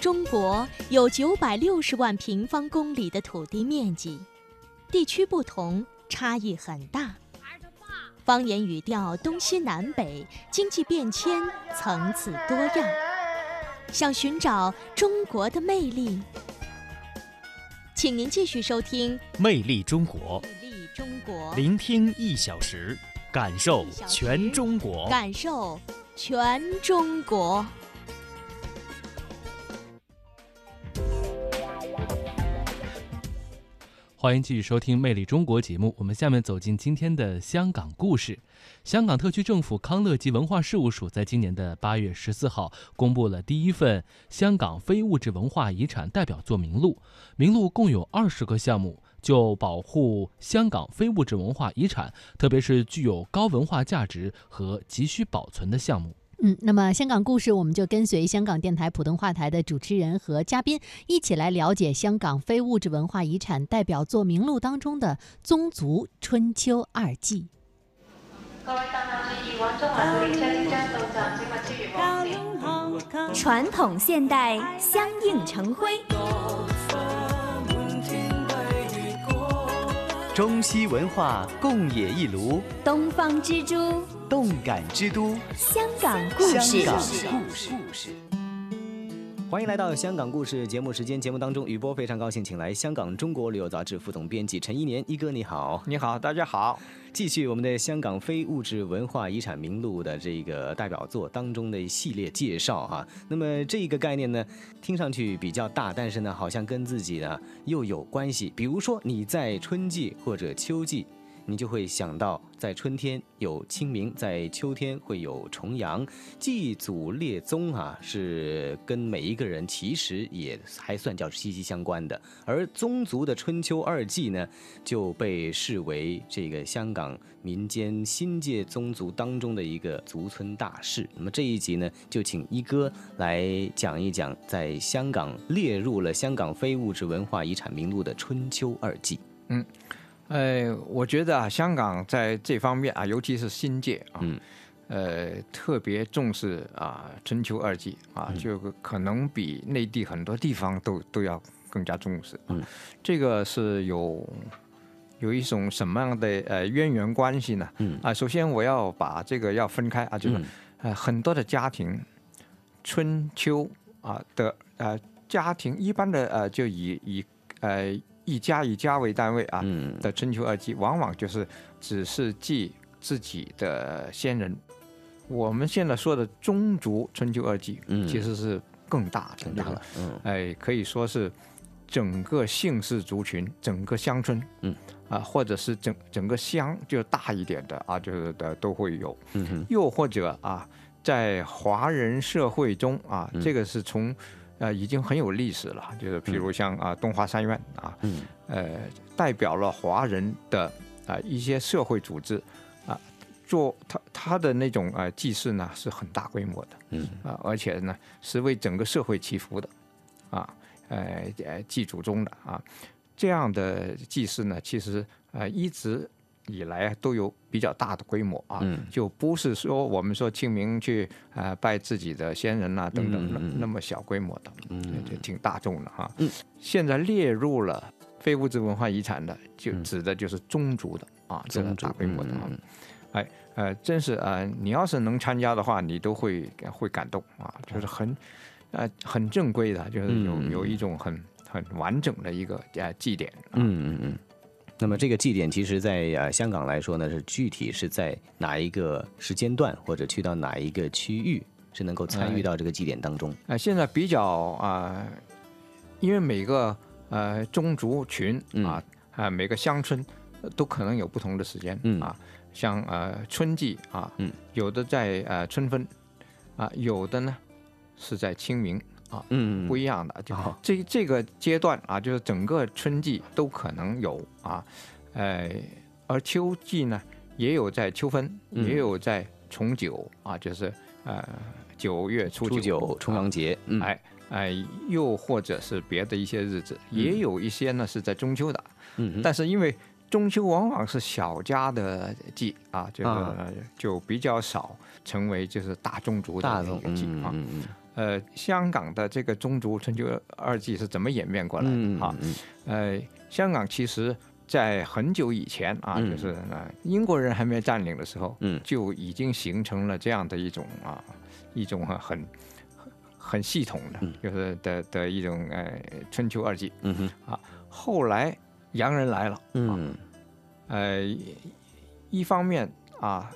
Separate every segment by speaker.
Speaker 1: 中国有九百六十万平方公里的土地面积，地区不同，差异很大。方言语调东西南北，经济变迁层次多样。想寻找中国的魅力，请您继续收听
Speaker 2: 《魅力中国
Speaker 1: 《魅力中国》》，
Speaker 2: 聆听一小时，感受全中国。
Speaker 1: 感受全中国。
Speaker 3: 欢迎继续收听《魅力中国》节目。我们下面走进今天的香港故事。香港特区政府康乐及文化事务署在今年的八月十四号公布了第一份香港非物质文化遗产代表作名录，名录共有二十个项目，就保护香港非物质文化遗产，特别是具有高文化价值和急需保存的项目。
Speaker 4: 嗯，那么香港故事，我们就跟随香港电台普通话台的主持人和嘉宾一起来了解香港非物质文化遗产代表作名录当中的《宗族春秋二季》。
Speaker 5: 各位搭客注意，往中環道列車即將到站，請勿超越黃線。
Speaker 6: 传统现代相映成辉，
Speaker 7: 中西文化共冶一炉，
Speaker 6: 东方之珠，
Speaker 7: 动感之都，
Speaker 6: 香港故
Speaker 7: 香
Speaker 6: 事。
Speaker 7: 港故事。欢迎来到《香港故事》节目时间。节目当中，雨波非常高兴，请来香港《中国旅游杂志》副总编辑陈一年一哥，你好，
Speaker 8: 你好，大家好。
Speaker 7: 继续我们的香港非物质文化遗产名录的这个代表作当中的一系列介绍哈、那么这个概念呢，听上去比较大，但是呢，好像跟自己呢又有关系。比如说你在春季或者秋季。你就会想到，在春天有清明，在秋天会有重阳。祭祖列宗啊，是跟每一个人其实也还算较息息相关的。而宗族的春秋二季呢，就被视为这个香港民间新界宗族当中的一个族村大事。那么这一集呢，就请一哥来讲一讲，在香港列入了香港非物质文化遗产名录的春秋二季。
Speaker 8: 呃，我觉得啊，香港在这方面啊，尤其是新界啊，
Speaker 7: 嗯
Speaker 8: 呃，特别重视啊春秋二季啊，
Speaker 7: 嗯
Speaker 8: 就可能比内地很多地方都都要更加重视。啊
Speaker 7: 嗯，
Speaker 8: 这个是有有一种什么样的呃渊源关系呢？
Speaker 7: 嗯
Speaker 8: 啊，首先我要把这个要分开啊，就是、
Speaker 7: 嗯
Speaker 8: 呃很多的家庭春秋啊的呃家庭一般的呃就以以呃一家以家为单位啊，
Speaker 7: 嗯
Speaker 8: 的春秋二季，往往就是只是记自己的先人。我们现在说的宗族春秋二季，
Speaker 7: 嗯
Speaker 8: 其实是更大的
Speaker 7: 挺，
Speaker 8: 就
Speaker 7: 大
Speaker 8: 是
Speaker 7: 了，嗯
Speaker 8: 哎，可以说是整个姓氏族群、整个乡村，
Speaker 7: 嗯，
Speaker 8: 啊，或者是整整个乡，就大一点的啊，就是的都会有。
Speaker 7: 嗯哼
Speaker 8: 又或者啊，在华人社会中啊，
Speaker 7: 嗯
Speaker 8: 这个是从呃已经很有历史了，就是譬如像啊东华三院啊，
Speaker 7: 嗯
Speaker 8: 呃代表了华人的啊、一些社会组织啊，做他他的那种呃祭祀呢是很大规模的，
Speaker 7: 嗯
Speaker 8: 啊，而且呢是为整个社会祈福的，啊，呃呃祭祖宗的啊，这样的祭祀呢，其实呃一直以来都有比较大的规模啊，
Speaker 7: 嗯
Speaker 8: 就不是说我们说清明去呃拜自己的先人呐、等等
Speaker 7: 嗯嗯
Speaker 8: 那
Speaker 7: 嗯
Speaker 8: 那么小规模的，
Speaker 7: 嗯
Speaker 8: 这挺大众的哈、
Speaker 7: 嗯
Speaker 8: 现在列入了非物质文化遗产的，就
Speaker 7: 嗯
Speaker 8: 指的就是宗族的啊，这个
Speaker 7: 宗族
Speaker 8: 大规模的啊。
Speaker 7: 嗯嗯
Speaker 8: 哎，呃，真是呃，你要是能参加的话，你都会会感动啊，就是很，呃，很正规的，就是有
Speaker 7: 嗯嗯嗯
Speaker 8: 有一种很很完整的一个呃祭典啊。
Speaker 7: 嗯嗯嗯。那么这个祭典，其实在呃香港来说呢，是具体是在哪一个时间段，或者去到哪一个区域，是能够参与
Speaker 8: 哎
Speaker 7: 到这个祭典当中？
Speaker 8: 呃，现在比较啊、呃因为每个呃宗族群
Speaker 7: 嗯
Speaker 8: 啊啊、每个乡村呃都可能有不同的时间、
Speaker 7: 嗯
Speaker 8: 啊，像呃春季啊，
Speaker 7: 嗯
Speaker 8: 有的在呃春分啊，有的呢是在清明，
Speaker 7: 嗯
Speaker 8: 不一样的。就
Speaker 7: 哦
Speaker 8: 这这个阶段啊，就是整个春季都可能有啊，呃，而秋季呢也有在秋分，
Speaker 7: 嗯
Speaker 8: 也有在重九啊，就是呃九月初
Speaker 7: 初九
Speaker 8: 九
Speaker 7: 重阳节，嗯，
Speaker 8: 哎哎，又或者是别的一些日子，也有一些呢是在中秋的，
Speaker 7: 嗯哼，
Speaker 8: 但是因为中秋往往是小家的祭啊，就是、
Speaker 7: 啊
Speaker 8: 就比较少成为就是大宗族的
Speaker 7: 大
Speaker 8: 那
Speaker 7: 宗
Speaker 8: 个祭啊。
Speaker 7: 嗯嗯
Speaker 8: 呃，香港的这个宗族春秋二季是怎么演变过来的
Speaker 7: 嗯
Speaker 8: 哈、
Speaker 7: 嗯
Speaker 8: 呃，香港其实在很久以前啊，
Speaker 7: 嗯
Speaker 8: 就是呃英国人还没占领的时候，
Speaker 7: 嗯
Speaker 8: 就已经形成了这样的一种啊，一种很很很系统的，
Speaker 7: 嗯
Speaker 8: 就是的的一种呃春秋二季。
Speaker 7: 嗯哼
Speaker 8: 后来洋人来了，
Speaker 7: 嗯
Speaker 8: 呃，一一方面啊，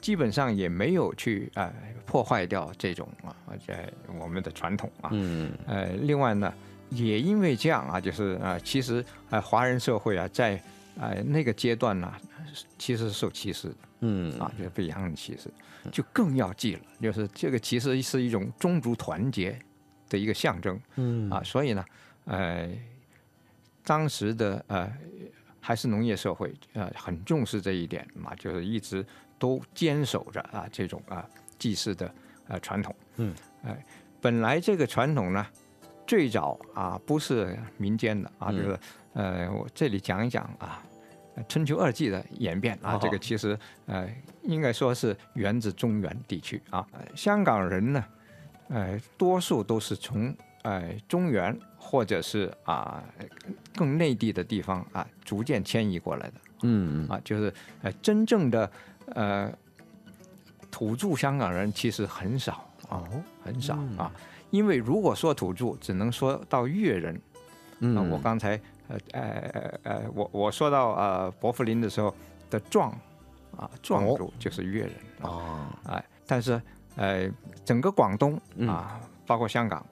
Speaker 8: 基本上也没有去呃破坏掉这种啊，这我们的传统啊，
Speaker 7: 嗯
Speaker 8: 呃，另外呢，也因为这样啊，就是啊、呃其实呃，华人社会啊，在呃那个阶段呢、是其实是受歧视的
Speaker 7: 嗯
Speaker 8: 啊，就是被洋人歧视，就更要记了，就是这个其实是一种宗族团结的一个象征
Speaker 7: 嗯
Speaker 8: 啊，所以呢，呃，当时的呃还是农业社会，呃，很重视这一点嘛，就是一直都坚守着啊这种啊祭祀的呃传统。
Speaker 7: 嗯，
Speaker 8: 哎、本来这个传统呢，最早啊不是民间的啊，
Speaker 7: 嗯
Speaker 8: 就是呃，我这里讲一讲啊。呃春秋二季的演变啊，
Speaker 7: 好
Speaker 8: 这个其实呃，应该说是源自中原地区啊。呃香港人呢，呃，多数都是从呃中原或者是啊、更内地的地方啊，逐渐迁移过来的。
Speaker 7: 嗯
Speaker 8: 啊，就是呃，真正的呃土著香港人其实很少啊，很少
Speaker 7: 嗯
Speaker 8: 啊，因为如果说土著，只能说到粤人。
Speaker 7: 嗯
Speaker 8: 啊，我刚才呃呃呃呃，我我说到呃伯福林的时候的壮啊壮
Speaker 7: 哦
Speaker 8: 族就是粤人啊，
Speaker 7: 哦
Speaker 8: 哎，但是呃，整个广东
Speaker 7: 嗯
Speaker 8: 啊，包括香港，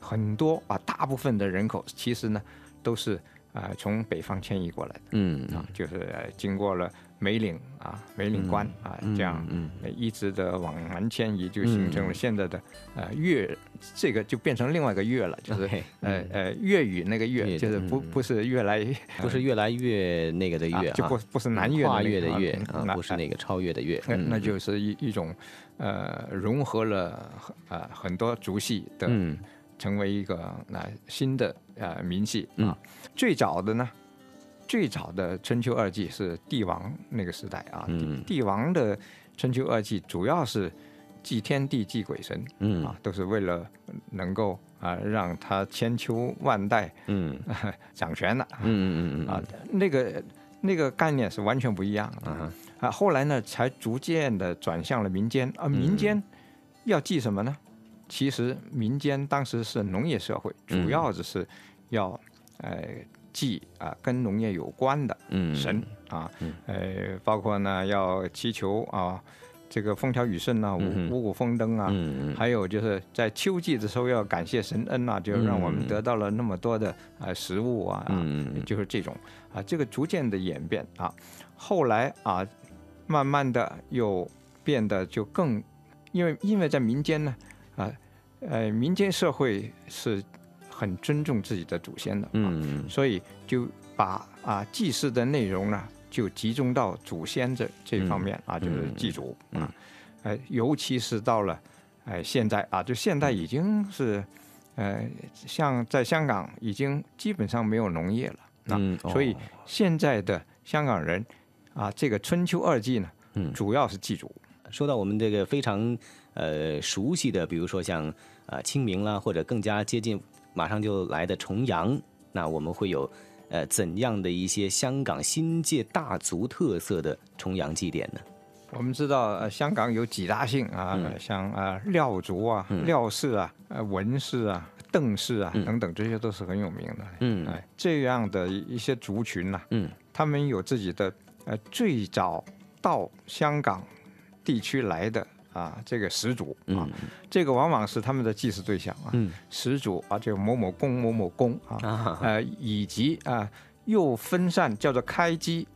Speaker 8: 很多啊，大部分的人口其实呢都是呃从北方迁移过来的
Speaker 7: 嗯
Speaker 8: 啊，就是、呃、经过了梅岭啊、梅岭关啊、这样。
Speaker 7: 嗯
Speaker 8: 呃一直的往南迁移，就形成了
Speaker 7: 嗯啊
Speaker 8: 现在的呃粤，这个就变成另外一个粤了，就是
Speaker 7: ，OK，
Speaker 8: 呃呃粤语那个
Speaker 7: 粤
Speaker 8: 粤，
Speaker 7: 语
Speaker 8: 就是
Speaker 7: 嗯
Speaker 8: 不
Speaker 7: 嗯
Speaker 8: 不是越来
Speaker 7: 不是越来越那个的
Speaker 8: 啊
Speaker 7: 越
Speaker 8: 就不不是南越
Speaker 7: 跨
Speaker 8: 那
Speaker 7: 越
Speaker 8: 个
Speaker 7: 的越
Speaker 8: 嗯
Speaker 7: 啊，不是那个嗯超越的越，
Speaker 8: 那那就是一一种呃融合了呃很多族系的，
Speaker 7: 嗯
Speaker 8: 成为一个呃、新的呃民系啊。
Speaker 7: 嗯
Speaker 8: 最早的呢，最早的春秋二季是帝王那个时代啊，
Speaker 7: 嗯
Speaker 8: 帝王的春秋二季主要是祭天地、祭鬼神
Speaker 7: 嗯
Speaker 8: 啊，都是为了能够啊、让他千秋万代
Speaker 7: 嗯
Speaker 8: 掌权的
Speaker 7: 嗯嗯嗯
Speaker 8: 啊，那个那个概念是完全不一样的
Speaker 7: 啊
Speaker 8: 啊。后来呢，才逐渐的转向了民间，
Speaker 7: 嗯
Speaker 8: 而民间要记什么呢？其实民间当时是农业社会，
Speaker 7: 嗯
Speaker 8: 主要只是要呃祭啊、跟农业有关的
Speaker 7: 嗯
Speaker 8: 神、啊，呃包括呢要祈求啊这个风调雨顺啊，
Speaker 7: 嗯
Speaker 8: 五
Speaker 7: 哼
Speaker 8: 五谷丰登啊，
Speaker 7: 嗯
Speaker 8: 还有就是在秋季的时候要感谢神恩呐、啊就让我
Speaker 7: 嗯
Speaker 8: 们得到了那么多的呃食物啊，啊
Speaker 7: 嗯
Speaker 8: 就是这种啊，这个逐渐的演变啊，后来啊，慢慢的又变得就更，因为因为在民间呢，啊，呃，民间社会是很尊重自己的祖先的，啊，
Speaker 7: 嗯
Speaker 8: 所以就把啊祭祀的内容呢，就集中到祖先这这一方面啊，
Speaker 7: 嗯
Speaker 8: 就是
Speaker 7: 嗯
Speaker 8: 祭祖
Speaker 7: 嗯
Speaker 8: 啊，呃，尤其是到了呃现在啊，就现在已经是呃，像在香港已经基本上没有农业了，那、
Speaker 7: 嗯，
Speaker 8: 所以现在的香港人啊，这个春秋二季呢，
Speaker 7: 嗯
Speaker 8: 主要是祭祖。
Speaker 7: 说到我们这个非常呃熟悉的，比如说像呃清明啦，或者更加接近马上就来的重阳，那我们会有呃怎样的一些香港新界大族特色的重阳祭典呢？
Speaker 8: 我们知道，呃，香港有几大姓啊，
Speaker 7: 嗯
Speaker 8: 像呃廖族啊、
Speaker 7: 嗯
Speaker 8: 廖氏啊、呃文氏啊、邓氏啊、
Speaker 7: 嗯
Speaker 8: 等等，这些都是很有名的。
Speaker 7: 嗯
Speaker 8: 哎，这样的一些族群呐、
Speaker 7: 嗯
Speaker 8: 他们有自己的呃最早到香港地区来的啊这个始祖啊，
Speaker 7: 嗯
Speaker 8: 这个往往是他们的祭祀对象啊，
Speaker 7: 嗯
Speaker 8: 始祖啊，就某某公某某公啊，
Speaker 7: 啊
Speaker 8: 呃，以及啊、又分散叫做开基，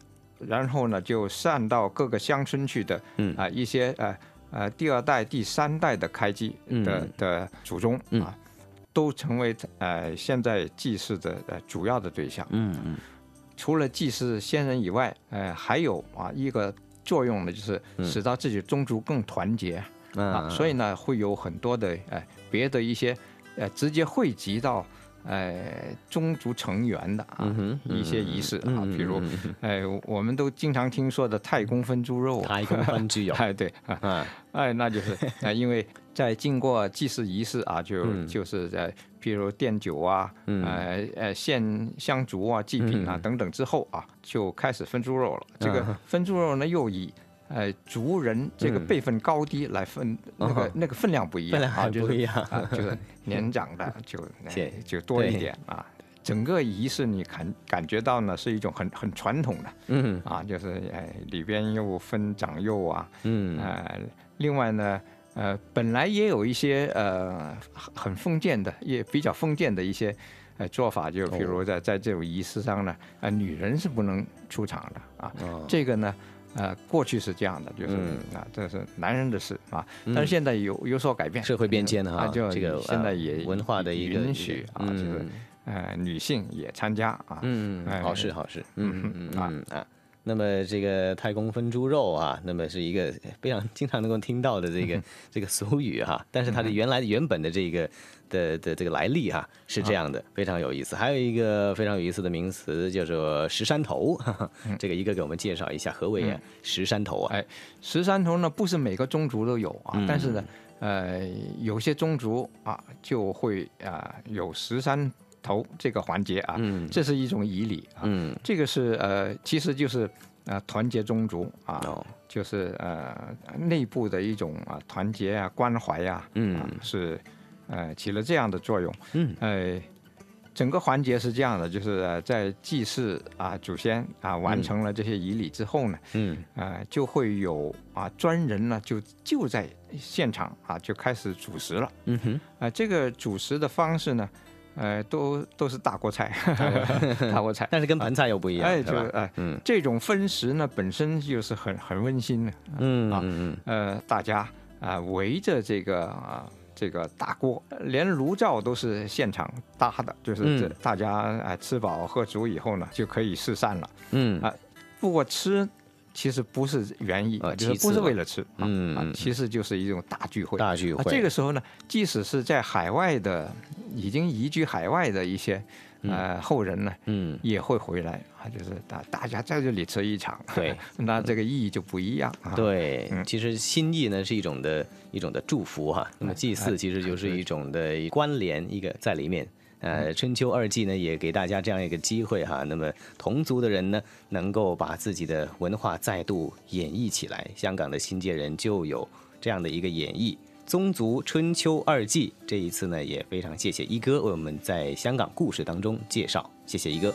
Speaker 8: 然后呢就散到各个乡村去的啊、
Speaker 7: 嗯
Speaker 8: 一些呃呃第二代、第三代的开基的、
Speaker 7: 嗯
Speaker 8: 的祖宗啊。
Speaker 7: 嗯
Speaker 8: 都成为呃现在祭祀的呃主要的对象。
Speaker 7: 嗯嗯
Speaker 8: 除了祭祀先人以外，呃，还有啊一个作用呢，就是
Speaker 7: 嗯
Speaker 8: 使到自己宗族更团结、啊。所以呢，会有很多的呃别的一些呃直接汇集到呃宗族成员的啊、
Speaker 7: 嗯哼
Speaker 8: 一些仪式啊，
Speaker 7: 嗯
Speaker 8: 比如
Speaker 7: 嗯嗯嗯
Speaker 8: 呃我我们都经常听说的太公分猪肉啊，
Speaker 7: 太公分猪肉
Speaker 8: 哎对啊
Speaker 7: 啊，
Speaker 8: 哎那就是啊、因为在经过祭祀仪式啊，就、
Speaker 7: 嗯
Speaker 8: 就是在譬如奠酒啊，
Speaker 7: 嗯
Speaker 8: 呃呃献香烛啊、祭品啊、
Speaker 7: 嗯
Speaker 8: 等等之后啊，就开始分猪肉了。这个分猪肉呢，又以呃族人这个
Speaker 7: 嗯
Speaker 8: 辈分高低来分，那个
Speaker 7: 哦
Speaker 8: 那个分量不一
Speaker 7: 分
Speaker 8: 样
Speaker 7: 量
Speaker 8: 啊，
Speaker 7: 还
Speaker 8: 就
Speaker 7: 不
Speaker 8: 是
Speaker 7: 一样，
Speaker 8: 啊，就是年 长的就哎
Speaker 7: 谢
Speaker 8: 就多一
Speaker 7: 对
Speaker 8: 点啊。整个仪式你感感觉到呢是一种很很传统的
Speaker 7: 嗯
Speaker 8: 啊，就是呃里边又分长幼啊，
Speaker 7: 嗯
Speaker 8: 呃，另外呢，呃，本来也有一些呃很很封建的，也比较封建的一些呃做法，就比
Speaker 7: 哦
Speaker 8: 如在在这种仪式上呢，呃，女人是不能出场的啊。
Speaker 7: 哦
Speaker 8: 这个呢，呃，过去是这样的，就是、
Speaker 7: 嗯
Speaker 8: 啊，这是男人的事啊，
Speaker 7: 嗯
Speaker 8: 但是现在有有所改变，
Speaker 7: 社会变迁
Speaker 8: 啊，
Speaker 7: 哈，
Speaker 8: 就
Speaker 7: 这个
Speaker 8: 现在
Speaker 7: 呃
Speaker 8: 也
Speaker 7: 文化的一个
Speaker 8: 允许啊，就
Speaker 7: 嗯
Speaker 8: 是呃，女性也参加啊，
Speaker 7: 嗯，
Speaker 8: 哎
Speaker 7: 好事好事，嗯嗯
Speaker 8: 啊
Speaker 7: 嗯啊。那么这个太公分猪肉啊，那么是一个非常经常能够听到的这 个这个俗语哈、但是它的原来原本的这个的的这个来历哈、啊是这样的，
Speaker 8: 啊
Speaker 7: 非常有意思。还有一个非常有意思的名词叫做石山头，哈哈 这个一个给我们介绍一下何谓啊石山头啊？
Speaker 8: 嗯哎十三头呢，不是每个宗族都有啊，
Speaker 7: 嗯
Speaker 8: 但是呢，呃，有些宗族啊就会啊、有十三头这个环节啊，
Speaker 7: 嗯
Speaker 8: 这是一种仪礼啊，
Speaker 7: 嗯
Speaker 8: 这个是呃，其实就是呃团结宗族啊，
Speaker 7: 哦
Speaker 8: 就是呃内部的一种啊团结啊关怀呀、啊，
Speaker 7: 嗯
Speaker 8: 啊是呃起了这样的作用，
Speaker 7: 嗯
Speaker 8: 呃。整个环节是这样的，就是呃在祭祀啊祖先啊完成了这些仪礼之后呢，
Speaker 7: 嗯
Speaker 8: 呃，就会有啊专人呢，就就在现场啊就开始主食了。
Speaker 7: 嗯 哼
Speaker 8: 啊、这个主食的方式呢，呃，都都是大锅菜， 大锅菜。
Speaker 7: 但是跟盆菜又 不一样，
Speaker 8: 哎，
Speaker 7: 是
Speaker 8: 就
Speaker 7: 吧？
Speaker 8: 哎，
Speaker 7: 嗯
Speaker 8: 这种分食呢，本身就是很很温馨的。
Speaker 7: 嗯
Speaker 8: 啊
Speaker 7: 嗯
Speaker 8: 呃，大家啊、围着这个啊、这个大锅，连炉灶都是现场搭的，就是这
Speaker 7: 嗯
Speaker 8: 大家啊、吃饱喝足以后呢，就可以四散了。
Speaker 7: 嗯
Speaker 8: 啊不过吃其实不是原意，
Speaker 7: 啊
Speaker 8: 就是
Speaker 7: 其次
Speaker 8: 不是
Speaker 7: 了
Speaker 8: 为了吃，啊
Speaker 7: 嗯
Speaker 8: 啊
Speaker 7: 嗯，
Speaker 8: 其实就是一种大聚会。
Speaker 7: 大聚
Speaker 8: 啊
Speaker 7: 会，
Speaker 8: 这个时候呢，即使是在海外的已经移居海外的一些呃后人呢，
Speaker 7: 嗯
Speaker 8: 也会回来啊，就是大大家在这里吃一场，
Speaker 7: 对，
Speaker 8: 那这个意义就不一样啊。
Speaker 7: 对
Speaker 8: 嗯，哎
Speaker 7: 其实心意呢是一种的一种的祝福哈、那么祭祀其实就是一种的关联，一个在里面。呃，
Speaker 8: 嗯
Speaker 7: 春秋二季呢也给大家这样一个机会哈、那么同族的人呢，能够把自己的文化再度演绎起来，香港的新界人就有这样的一个演绎。宗族春秋二季这一次呢，也非常谢谢一哥为我们在香港故事当中介绍，谢谢一哥。